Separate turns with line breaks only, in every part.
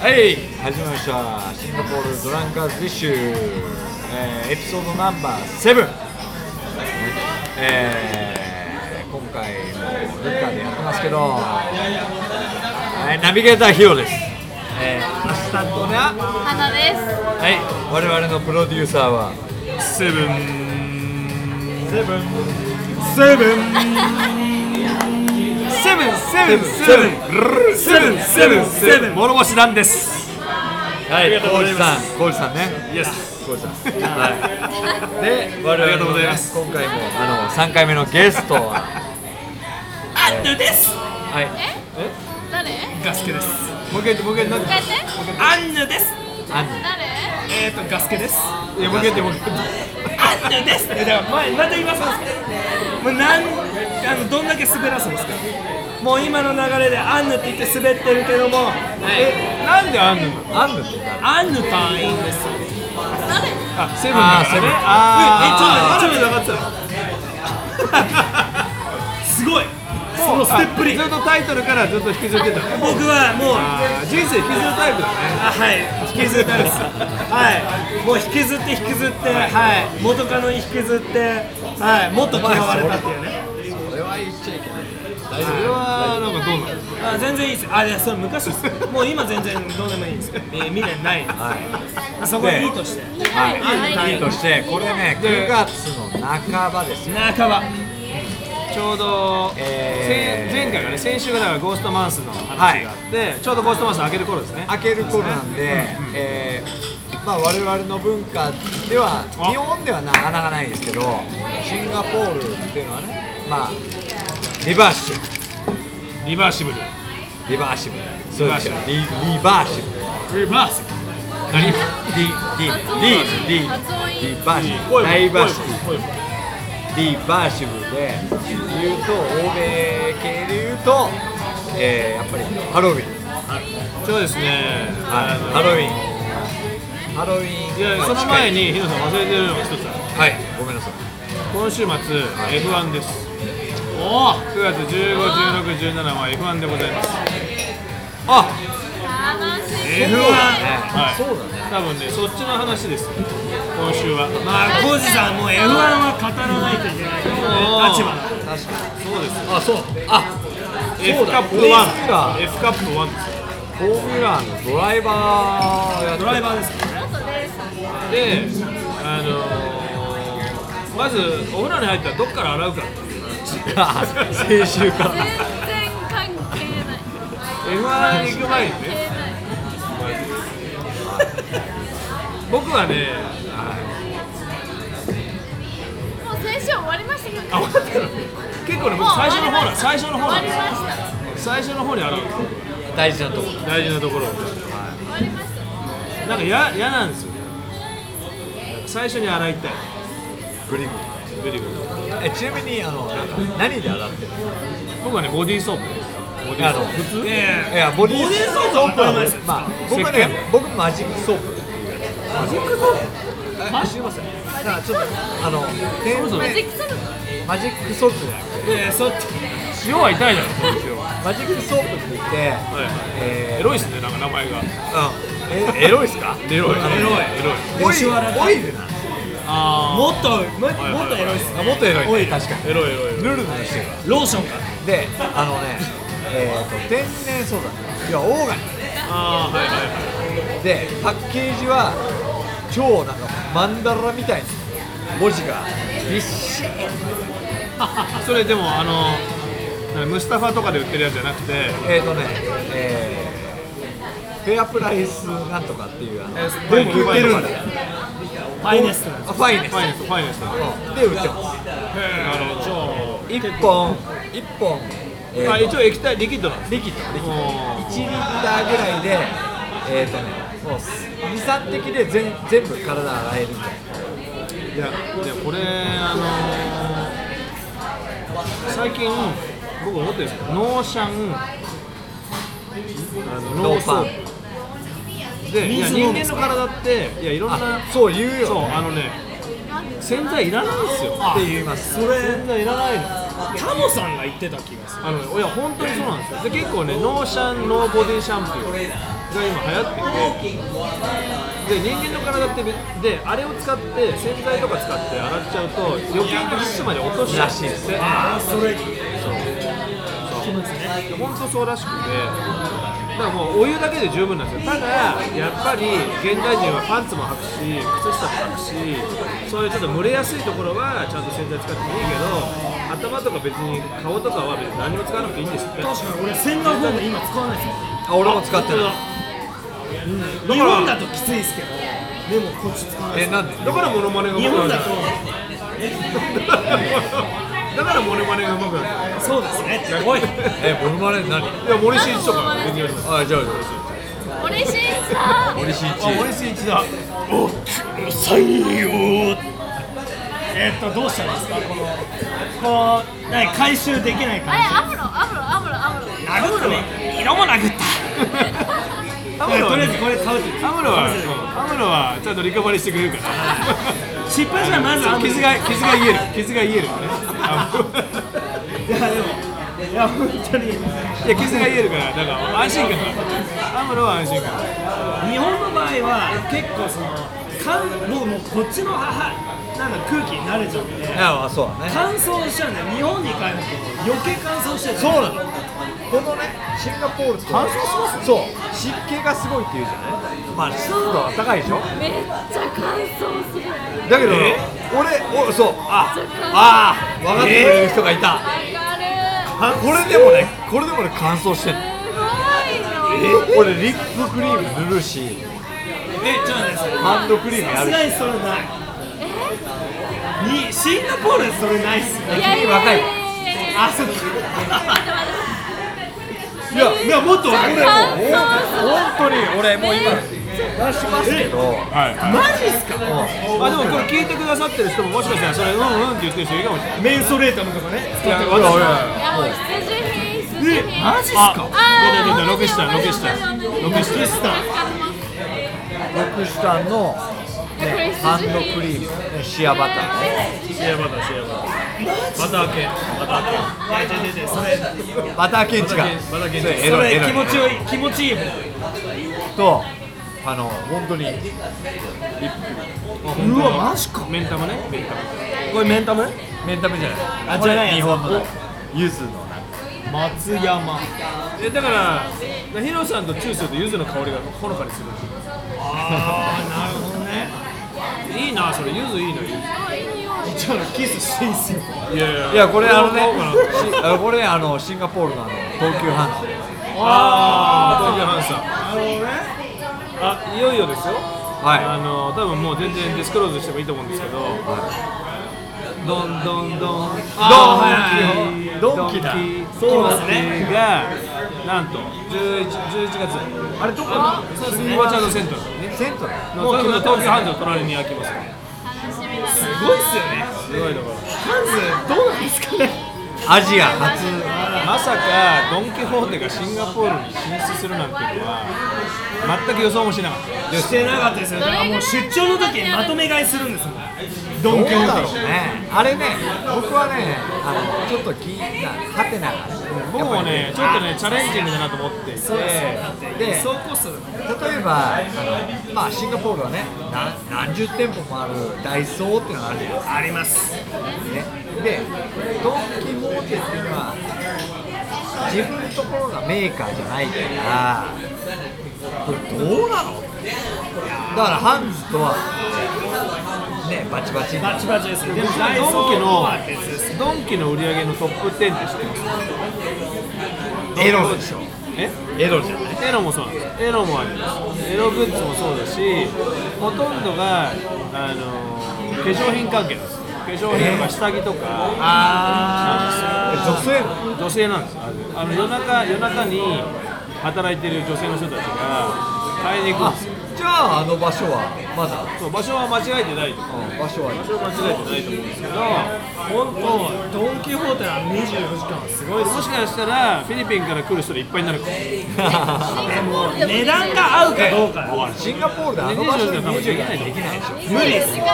はい始まりましたシンガポールドランカーズディッシュ、えーエピソードナンバー7、えー今回もルッカーでやってますけど、えーナビゲーターヒロです、えーアシスタントが
花です。
はい我々のプロデューサーは
セブン
セブン
セブン セブンセブンセブン
セブン
セブンセブン諸星なんです
は
あり
い
がとうご
浩
ざい
二
ま
さ
す
ん浩二さんね
イエス
こうじゃんはい。で、我々
ありがとうございます
今回もあの三回目のゲストは、
アンヌです
はい。え？
誰？
ガスケです
もう一回言ってもう一回言って
変えて。
アンヌです
あん
誰？
えーとガスケです
いやもう一回言ってもう一回言っ
アンヌですだから前また今そうですもうなんあのどんだけ滑らすんですかもう今の流れでアンヌって言って滑ってるけどもえなんでアンヌ
て。あんって誰？
アンヌ隊員です
誰？
あ、セブン
あ
だ
ーセブン
ね
あ
え、ちょっと、ちょっと待ってた すごいそのステップに
ずっとタイトルからずっと引きずってた。
僕はもうあ
あー人生引きずるタイプだね。
はい、引きずったんですはい、もう引きずって引きずって、はい、元カノに引きずってはい、もっと嫌われたっていうね
それは言っちゃいけない。それはなんかどうなの？
あ全然いいですあ、いや、それ昔ですもう今全然どうでもいいですえー未練ないですあそこはいいとして
はい。
はい
いいとして、これね、9月の半ばですよ。
半ば
ちょうど、
えー
先前回がね先週がだからゴーストマンスの話があって、ちょうどゴーストマンス開ける頃ですね
開ける頃なんで、えーまあ、我々の文化では日本ではなかなかないですけどシンガポールっていうのはね、まあ、リバーシブ
リバーシブル
リバーシブそうですよリリバーシブ
リバーシ
リリリリリ
発音いい
リバーシブダイバーシブリバーシブで言うと欧米系で言うと、えーやっぱりハロウィン
ブそうですね
はいハロウィンハロウィン
いやその前にヒロさん忘れてるのが一つある
はいごめんなさい
今週末、F1 です
おー
9月15、16、17は F1 でございます
あ
楽しい。
F1
はい
そうだね
多分ね、そっちの話です今週は
まあ、コウジさんもう F1 は語らないといけない立場
確かに
そうです
あそうあ
F カッ
フ
プ
ォーミュラ
1 F カップ1です
フォーミュラーのドライバーや
ドライバーですか
元レーサー。
で、あのー、まずお風呂に入ったらどっから洗うか
ー先週から
全然関係ない。
F1 に行く前に
関
ね
係ない。
僕はね
もう先週終わりましたけどね。
あ終わったの結構ね僕最初の方
もう終わりまし
な
た
最初
終
の方
わ
な
りました。
最初の方に洗う
大事なとこ
大事なところ
終わりました。
なんかや嫌なんですよね最初に洗いたい
グリム
グリグリ
えちなみにあのなんか何で洗ってる
僕はねボディーソープボディ
あ
ーソ
の
ープ
普
いやいや
通いやボディ
ボディーソープは当たり前です
まあ僕は
石
ね
鹸
僕マジックソープ
マジックソープ
あ知りませんだからちょっとあの店
そも
マジ
名
ックソルト。
マジックソープじゃなくて
えー、そっ
塩は痛いだろこの塩は、
マジックソープって言って
はい、
え
エロいっすねなんか名前が
ーうんえエロいっすか
エロいエロいエロい
オイ
吉原
ルオイルな
あ
もっとももっとエロいっす
あもっとエロい、ね、確かに
ーエロいエロいエロい
ヌルヌルしてるから
ローションか
であのねえー、と天然素材いやオーガニッ
あーはいはいはい
クでパッケージは超なんかマンダラみたいに文字がびっしり
それでもあの何ムスタファとかで売ってるやつじゃなくて
えー、とねえー、フェアプライスなんとかっていうあの
えー
で売ってるんだよ
ファイネストなんです
あファイネス
ファイネストファイネストへ
うんで売ってます
えあの超
1本1本、え
あ
ー、
一応液体リキッドなんです
リキッドリキッド
も
1リッターぐらいで、えーとね、もう23滴で全全部体洗えるみたいな
ういやじゃあこれあのー、最近僕思ってるんですけどノーシャンあのノーソープでいや
水の
人間の体っていやいろんな
あそう言うよ
そうあのね洗剤いらないんですよ
って言います
それ
洗剤いらないの
タモさんが言ってた気がする
あのいや本当にそうなんですよで結構ねノーシャンノーボディシャンプーが今流行っていてで人間の体ってべであれを使って洗剤とか使って洗っちゃうと余計に皮脂まで落としちゃうらしいです
ああそれ
本当そうらしくてだからもうお湯だけで十分なんですよただやっぱり現代人はパンツも履くし靴下も履くしそういうちょっと蒸れやすいところはちゃんと洗剤使ってもいいけど頭とか別に顔とかは別に何も使わなくていいんですって
確かに俺洗顔フォーム今使わないですよ
あ俺も使ってない
日本だときついですけどでもこっち使わないで
え
す
なんで
だからモノマネが
日
上手くな
本
る
だと
だからモノマネが上手くなる
そうですねすごい
えモノマネ何
いや森進一とか別にやります
あじゃあ
嬉しいさ
森進一
森進一だ
えっとどうしたらいいですかこのこう何回収できない
あ
か
れアムロアムロアムロアムロ
殴ったね色も殴ったとりあえずこれ買うって
アムロはアムロはちゃんとリカバリーしてくれるから
失敗したらまずあの
傷が傷が癒える傷が癒えるからね
いやでもいや本当に
いや傷が癒えるからなんか安心感がアムロは安心感
日本の場合は結構そのかん僕もうこっちのはなんだ空気に慣れちゃうんで
ああそうだね
乾燥しちゃうんだよ日本に帰ると余計乾燥しちゃ
そ
う
うなのこのねシンガポールって乾燥しますそう湿気がすごいっていうじゃないまあ湿度は高いでしょ
めっちゃ乾燥する
だけど
え
俺おそうあああ分かってくれる人がいた
上がる
あこれでもねこれでもね乾燥してんの
すごいの
俺リップクリーム塗るし
えちょっと待ってください
ハンドクリームや
さす
るし
がにそれないにシンガポールでそれないっすね
いやいやいやいや
若い
あそっか
いや
いやもっと俺も
本当に俺もう今出しますけど
マジっすか
あでもこれ聞いてくださってる人ももしかしたらそれうんうんって言ってる人いるかもしれない
メンソレータムとかね
いや
ほらほら
いやもう必需品必需品
マジっす
あ
か
あ
出た
ー
出たロケしたロケした
同じ同じ同じ
ロケした
ロクシタンの、
これ
ね、
必需品
ハンドクリームシアバターね
シェアバターシェアバターバター系バター系出て出てそれ
バターケンチか
バターケン
そ
チ
れエ
そ
ロい
れ
エロ
気
い
持ちよい気持ちいいもん
とあの本当に
うわマジか
メンタマねメンタマ
これメンタム
メンタメじゃない
あ
これ
じゃないやつ
日本のだゆずのな
松山
えだからヒロさんとチューすると柚子の香りがほのかにする
ああなるほどね
いいなそれ柚子いいの柚子
一応キスしていいっすよ
いやいや
いやこれあのね
買おうかな
し あこれねあのシンガポールのあの東急ハンズ
ああハンさん
なるほどね
あいよいよですよあ
は
の多分もう全然ディスクローズしてもいいと思うんですけど、どんどんどんドン
はいドンキだ
そうです
そうで
ねがなんと11 11月あれどこかそうですねちゃんのセンター
いねセントだ
もう東京ハンズの隣に開きますね
すごいっすよね
すごいところ
ハンズどうなんですかね
アジア初
まさかドン・キホーテがシンガポールに進出するなんていうのは全く予想もしなかった
してなかったですよだからもう出張の時にまとめ買いするんですもんドンキ
ど
ホ
うだろ
ー
う
テ
ねあれね僕はねあのちょっと聞いたハテナがね
僕もねちょっとねチャレンジングだなと思っていて
で
そうこそ
例えばあの、まあ、シンガポールはねな何十店舗もあるダイソーっていうのがあるじゃないですか
あります
ねでドン・キホーテっていうのは自分のところがメーカーじゃないからこれどうなのだからハンズとはねバチバチ
バチバチですよでもダイソー
ドンキの
は別です
ドンキの売り上げのトップ10って知ってます
エロでしょ
え
エロじゃない
エロもそうなんですエロもありますエログッズもそうだしほとんどが、あのー化粧品関係なんですよ化粧品とか下着とか
あ女性なの
女性なんですよあの夜中夜中に働いてる女性の人たちが買いに行くん
あ
ですよ
じゃああの場所はまだ
そう場所は間違えてないとか
場所は
場所は間違えてないと思うんですけど
本当ドン・キホーテは24時間すごいです
もしかしたらフィリピンから来る人でいっぱいになるかも
値段が合うかどうか
シンガポールであの場所で20できないでしょ
無理ですよ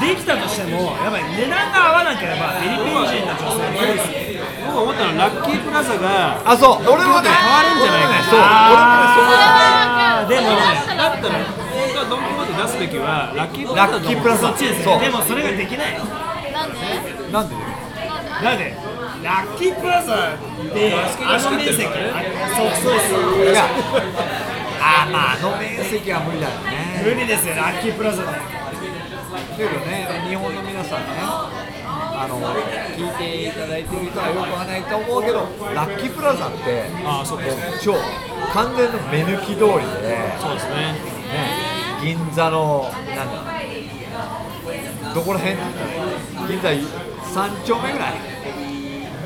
できたとしてもやっぱり値段が合わなければフィリピン人の女性は無理ですよ
僕は思ったのはラッキープラザが
あそう俺もね
変わるんじゃないかな
そう俺もねそう思った
すべきはラッキープラ
ラ
ザ
ッキープラザ
そっちです
そ
ね
う
でもそれができない
なんで
なんで
なんでラッキープラザであの面積
バスケットや
あそうそうそう
いやあーまああの面積は無理だよね
無理ですよラッキープラザで
だけどね日本の皆さんねあの聞いていただいてる人はよくはないと思うけどラッキープラザって
あそうですね
超完全の目抜き通りで、ね、
そうですね
銀座のなんだどこら辺銀座3丁目ぐらい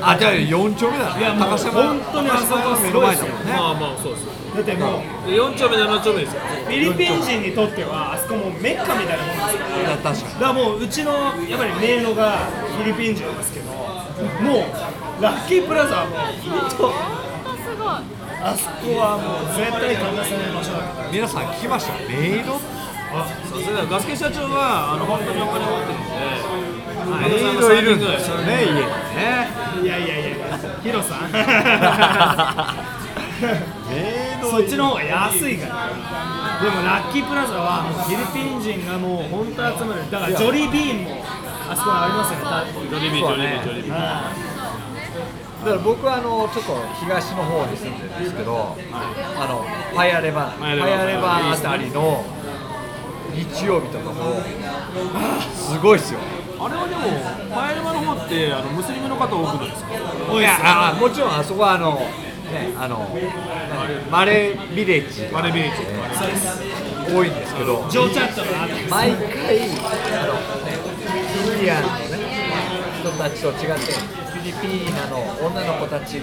あじゃあ4丁目だね
いやもう
高島
本当にあそこは
高島の目
す
の
ご
前
いです
だ
よ
もんね
まあまあそうです
だってもう
で4丁目7丁目ですよ
フィリピン人にとってはあそこもうメッカみたいなもんですから
いや確かに
だからもううちのやっぱりメイドがフィリピン人ですけどもうラッキープラザはもう本当
本当すごい
あそこはもう絶対欠かせない場所だから
皆さん聞きましたメイド
あさすがガスケ社長はあの本当にお金持ってるんで
メイドいるんですよ
よ
ね家にね
いやいやいやいやヒロさんそっちの方が安いからでもラッキープラザはもうフィリピン人がもう本当集まるだからジョリービーンもあそこにありますよねだって
ジョリビージョリビージョリビー
だから僕はあのちょっと東の方に住んでるんですけど、あのファイアレバー、フ
ファイアレ
ァイアレバー
バいい
あ
っすね
たりの日曜日とかもすごいですよ。
あれはでもファイルマの方ってあのムスリムの方多くないですか
いやあもちろんあそこはあのねあの何マレービレッジ
マレービレッジ
そうです
多いんですけど、
ジョーチャットの後
毎回あのねインディアンのね人たちと違ってフィリピーナの女の子たち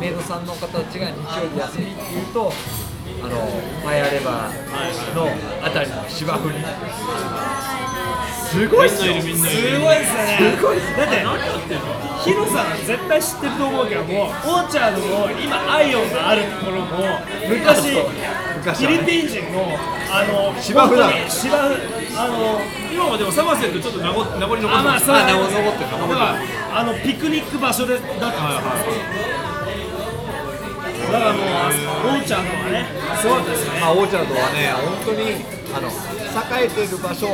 メイドさんの方たちが日曜日休みっていうとあのファイアレバーのあたりの芝生にすごいっすよ
みん
す
な
ご
い
い
るみんなる
ですね
すごいっす
だってヒロさん絶対知ってると思うけどもオーチャードも今アイオンがあるところも昔
そう
フ
昔
ィ
はね
リピン人のあの
芝生だ
本当に芝生あの
今はでもサマセンとちょっと名残名残残って
あまあ
ます
そう
あ名残残ってる
だからあのピクニック場所でだったんですよ、だからもうあそこオーチャードはねそうですね
まあ、オーチャードはね、本当にあの栄えてる場所、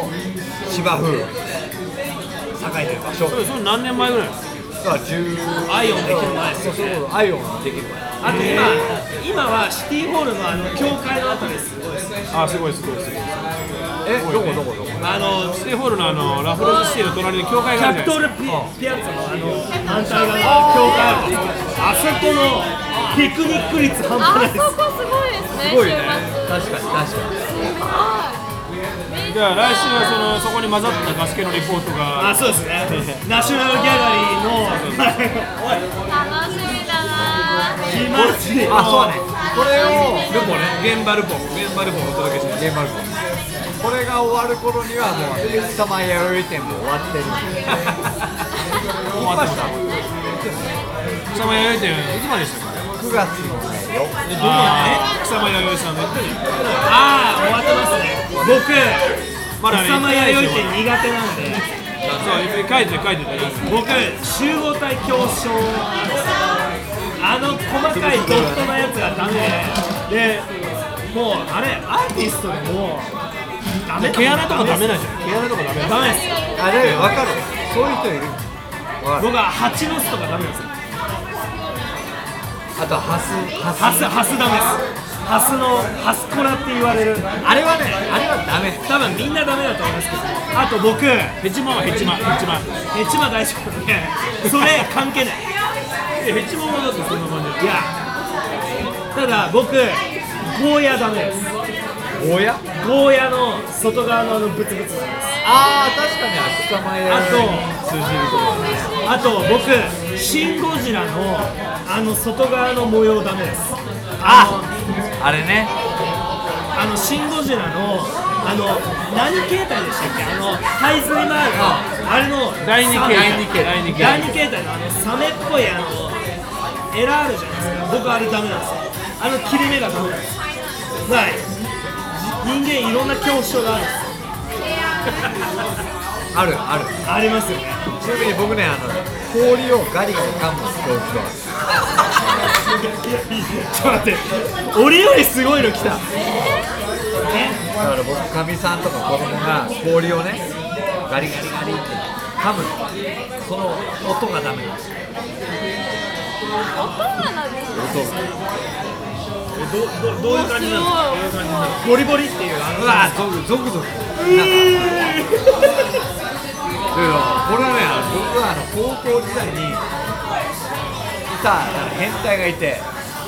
芝生、栄えてる場所、
それそれ何年前ぐらいです
だ
か
から10
アイオンできる前です
そうそうそうアイオンができる前。
あと今、今はシティホールのあの教会のあたりですごいです
あすごいすごいすごい
え、どこどこどこ
あの
ステイホールのあのラフローズシティの隣に教会
キ
が
ャ
あ
ピ
るじゃ
トル
ないですか
ピピアッツァのあの反対側の教会あるんですけどあそこのピクニック率半
あ
端ないです
そこすごいですね
すごいね
週末
確かに確かに
すごい
じゃあ来週はそのそこに混ざったガスケのリポートが
あそうですねナショナルギャラリーの
楽しみだなー
気まちいい
あ、そうねこれを
ルポね現場ルポ現場ルポをお届けします
ゲームアルバムこれが終わる頃にはもう「水玉弥生展」も終わってる終わりました
草間弥生店いつまででしたか
9月のねよ
えどこなの草間弥生さんが言ったじゃん
ああ終わってますね僕
まだね
草間弥生って苦手なので
そういっぱい書いて書いてたやつ
僕集合体競争あの細かいドットのやつがダメででもうあれアーティストでもダメ
毛穴とかダメなんじ
ん
ゃない
毛穴とかダメダメです
あれ分かるそういう人いるわかる
僕は蜂の巣とかダメです
あとハスハ
ハ
ス
スハスダメですハスのハスコラって言われる
あれはねあれはダメ
多分みんなダメだと思いますけどあと僕ヘ
ヘチマはヘチマヘチマ
チマ大丈夫ねそれ関係ない
えヘチマはだってそんな感じ
いやただ僕ゴーヤダメです
おや
ゴーヤの外側のあのブツブツ
あー確かにあ草間
あ
弥生に
とあと僕シン・ゴジラのあの外側の模様ダメですあ
あれね
のあのシン・ゴジラのあの何形態でしたっけあの背水回るあれの
第二形
第二形
第二形
第二形態のあのサメっぽいあのエラあるじゃないですか僕あれダメなんですよあの切れ目がダメなんですない人間いろんな恐怖症があるんですよ
あるある
ありますよね
ちなみに僕ねあの氷をガリガリ噛む恐怖症
ちょっと待って俺よりすごいの来たえ
だから僕かみさんとか子供が氷をねガリガリガリって噛むその音がダメなんですよ
音がなんですね
音が
どどどういう感じなの
ボリボリっていうあの
うわゾクゾクゾクなんかいやいやこれはね僕はあの高校時代にいたあの変態がいて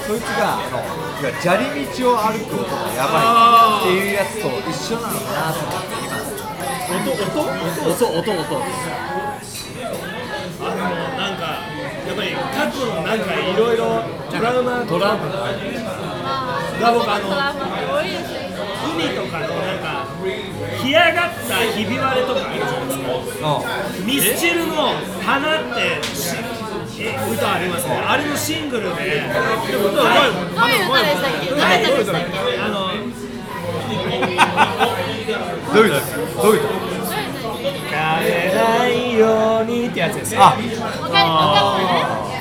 そいつがあのいや砂利道を歩く音がやばいっていうやつと一緒なのかなと思って今
音音
音音音音
あのなんかやっぱり過去のなんかいろいろトラウマ
トランプ
が僕あの
トラブルって多いですよね
海とかのなんか干上がったひび割れとかあるじゃないですか
の
ミスチルの「花」ってしえ歌ありますねあれのシングルで
音はうまいもん
どういう歌でしたっけどういう歌でしたっけどういう
あの
どういうことどういうこ
歌でしたっ
「やれないように」ってやつです
と
よ
あ
けわかるわか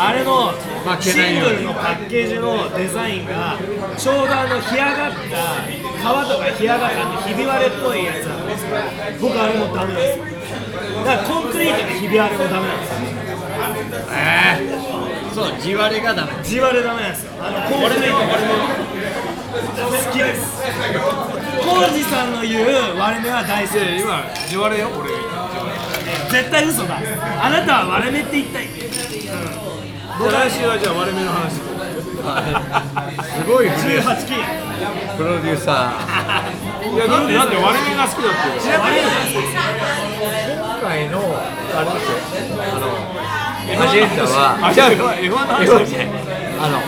あれの
け
シ
ない
ン
よう
グ
に
ルのパッケージのデザインがちょうどあの干上がった川とか干上がったあのひび割れっぽいやつなんですけど僕あれもダメなんですよだからコンクリートのひび割れもダメなんですよ
そう地割れがダメ
地割れダメなんですよあのコンクリート好きです浩二さんの言う割れ目は大好き
いやいや今地割れよ俺
絶対嘘だあなたは割れ目って一体
じゃあ来週はじゃあ割れ目の話
すごいね
18金
プロデューサ
いやなんでなんで割れ目が好きだっていうの
割れ目なんです
ー今回のあれですよあのアジェンダは
あじゃあ F1 の話だっけ
あの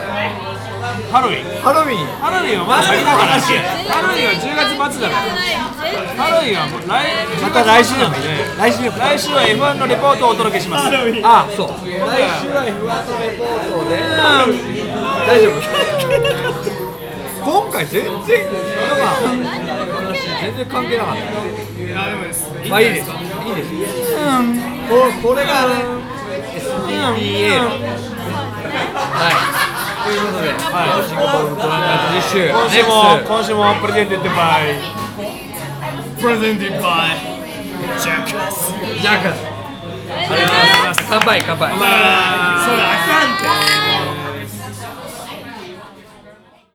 ハロウィン
ハロウィン
ハロウィンはまだだからハロウィンは10月末だからハロウィンはもう来
また来週でもいい
ね
来週でも
来週は F1 のレポートをお届けします
ハロウィン
あそう来週は F1 のレポートで大丈夫今回全然なんか全然関係なかった
いやでもです
まあいいです。いいです。ここれがね、SDA の。はい。ということで、はい、シンガポールのトランカーズ実習、
今週も今週もプレゼンテッドバイ
プレゼンティッバイジャックです
ネクストジャック。
るわかる
乾杯、乾杯。
それあかんって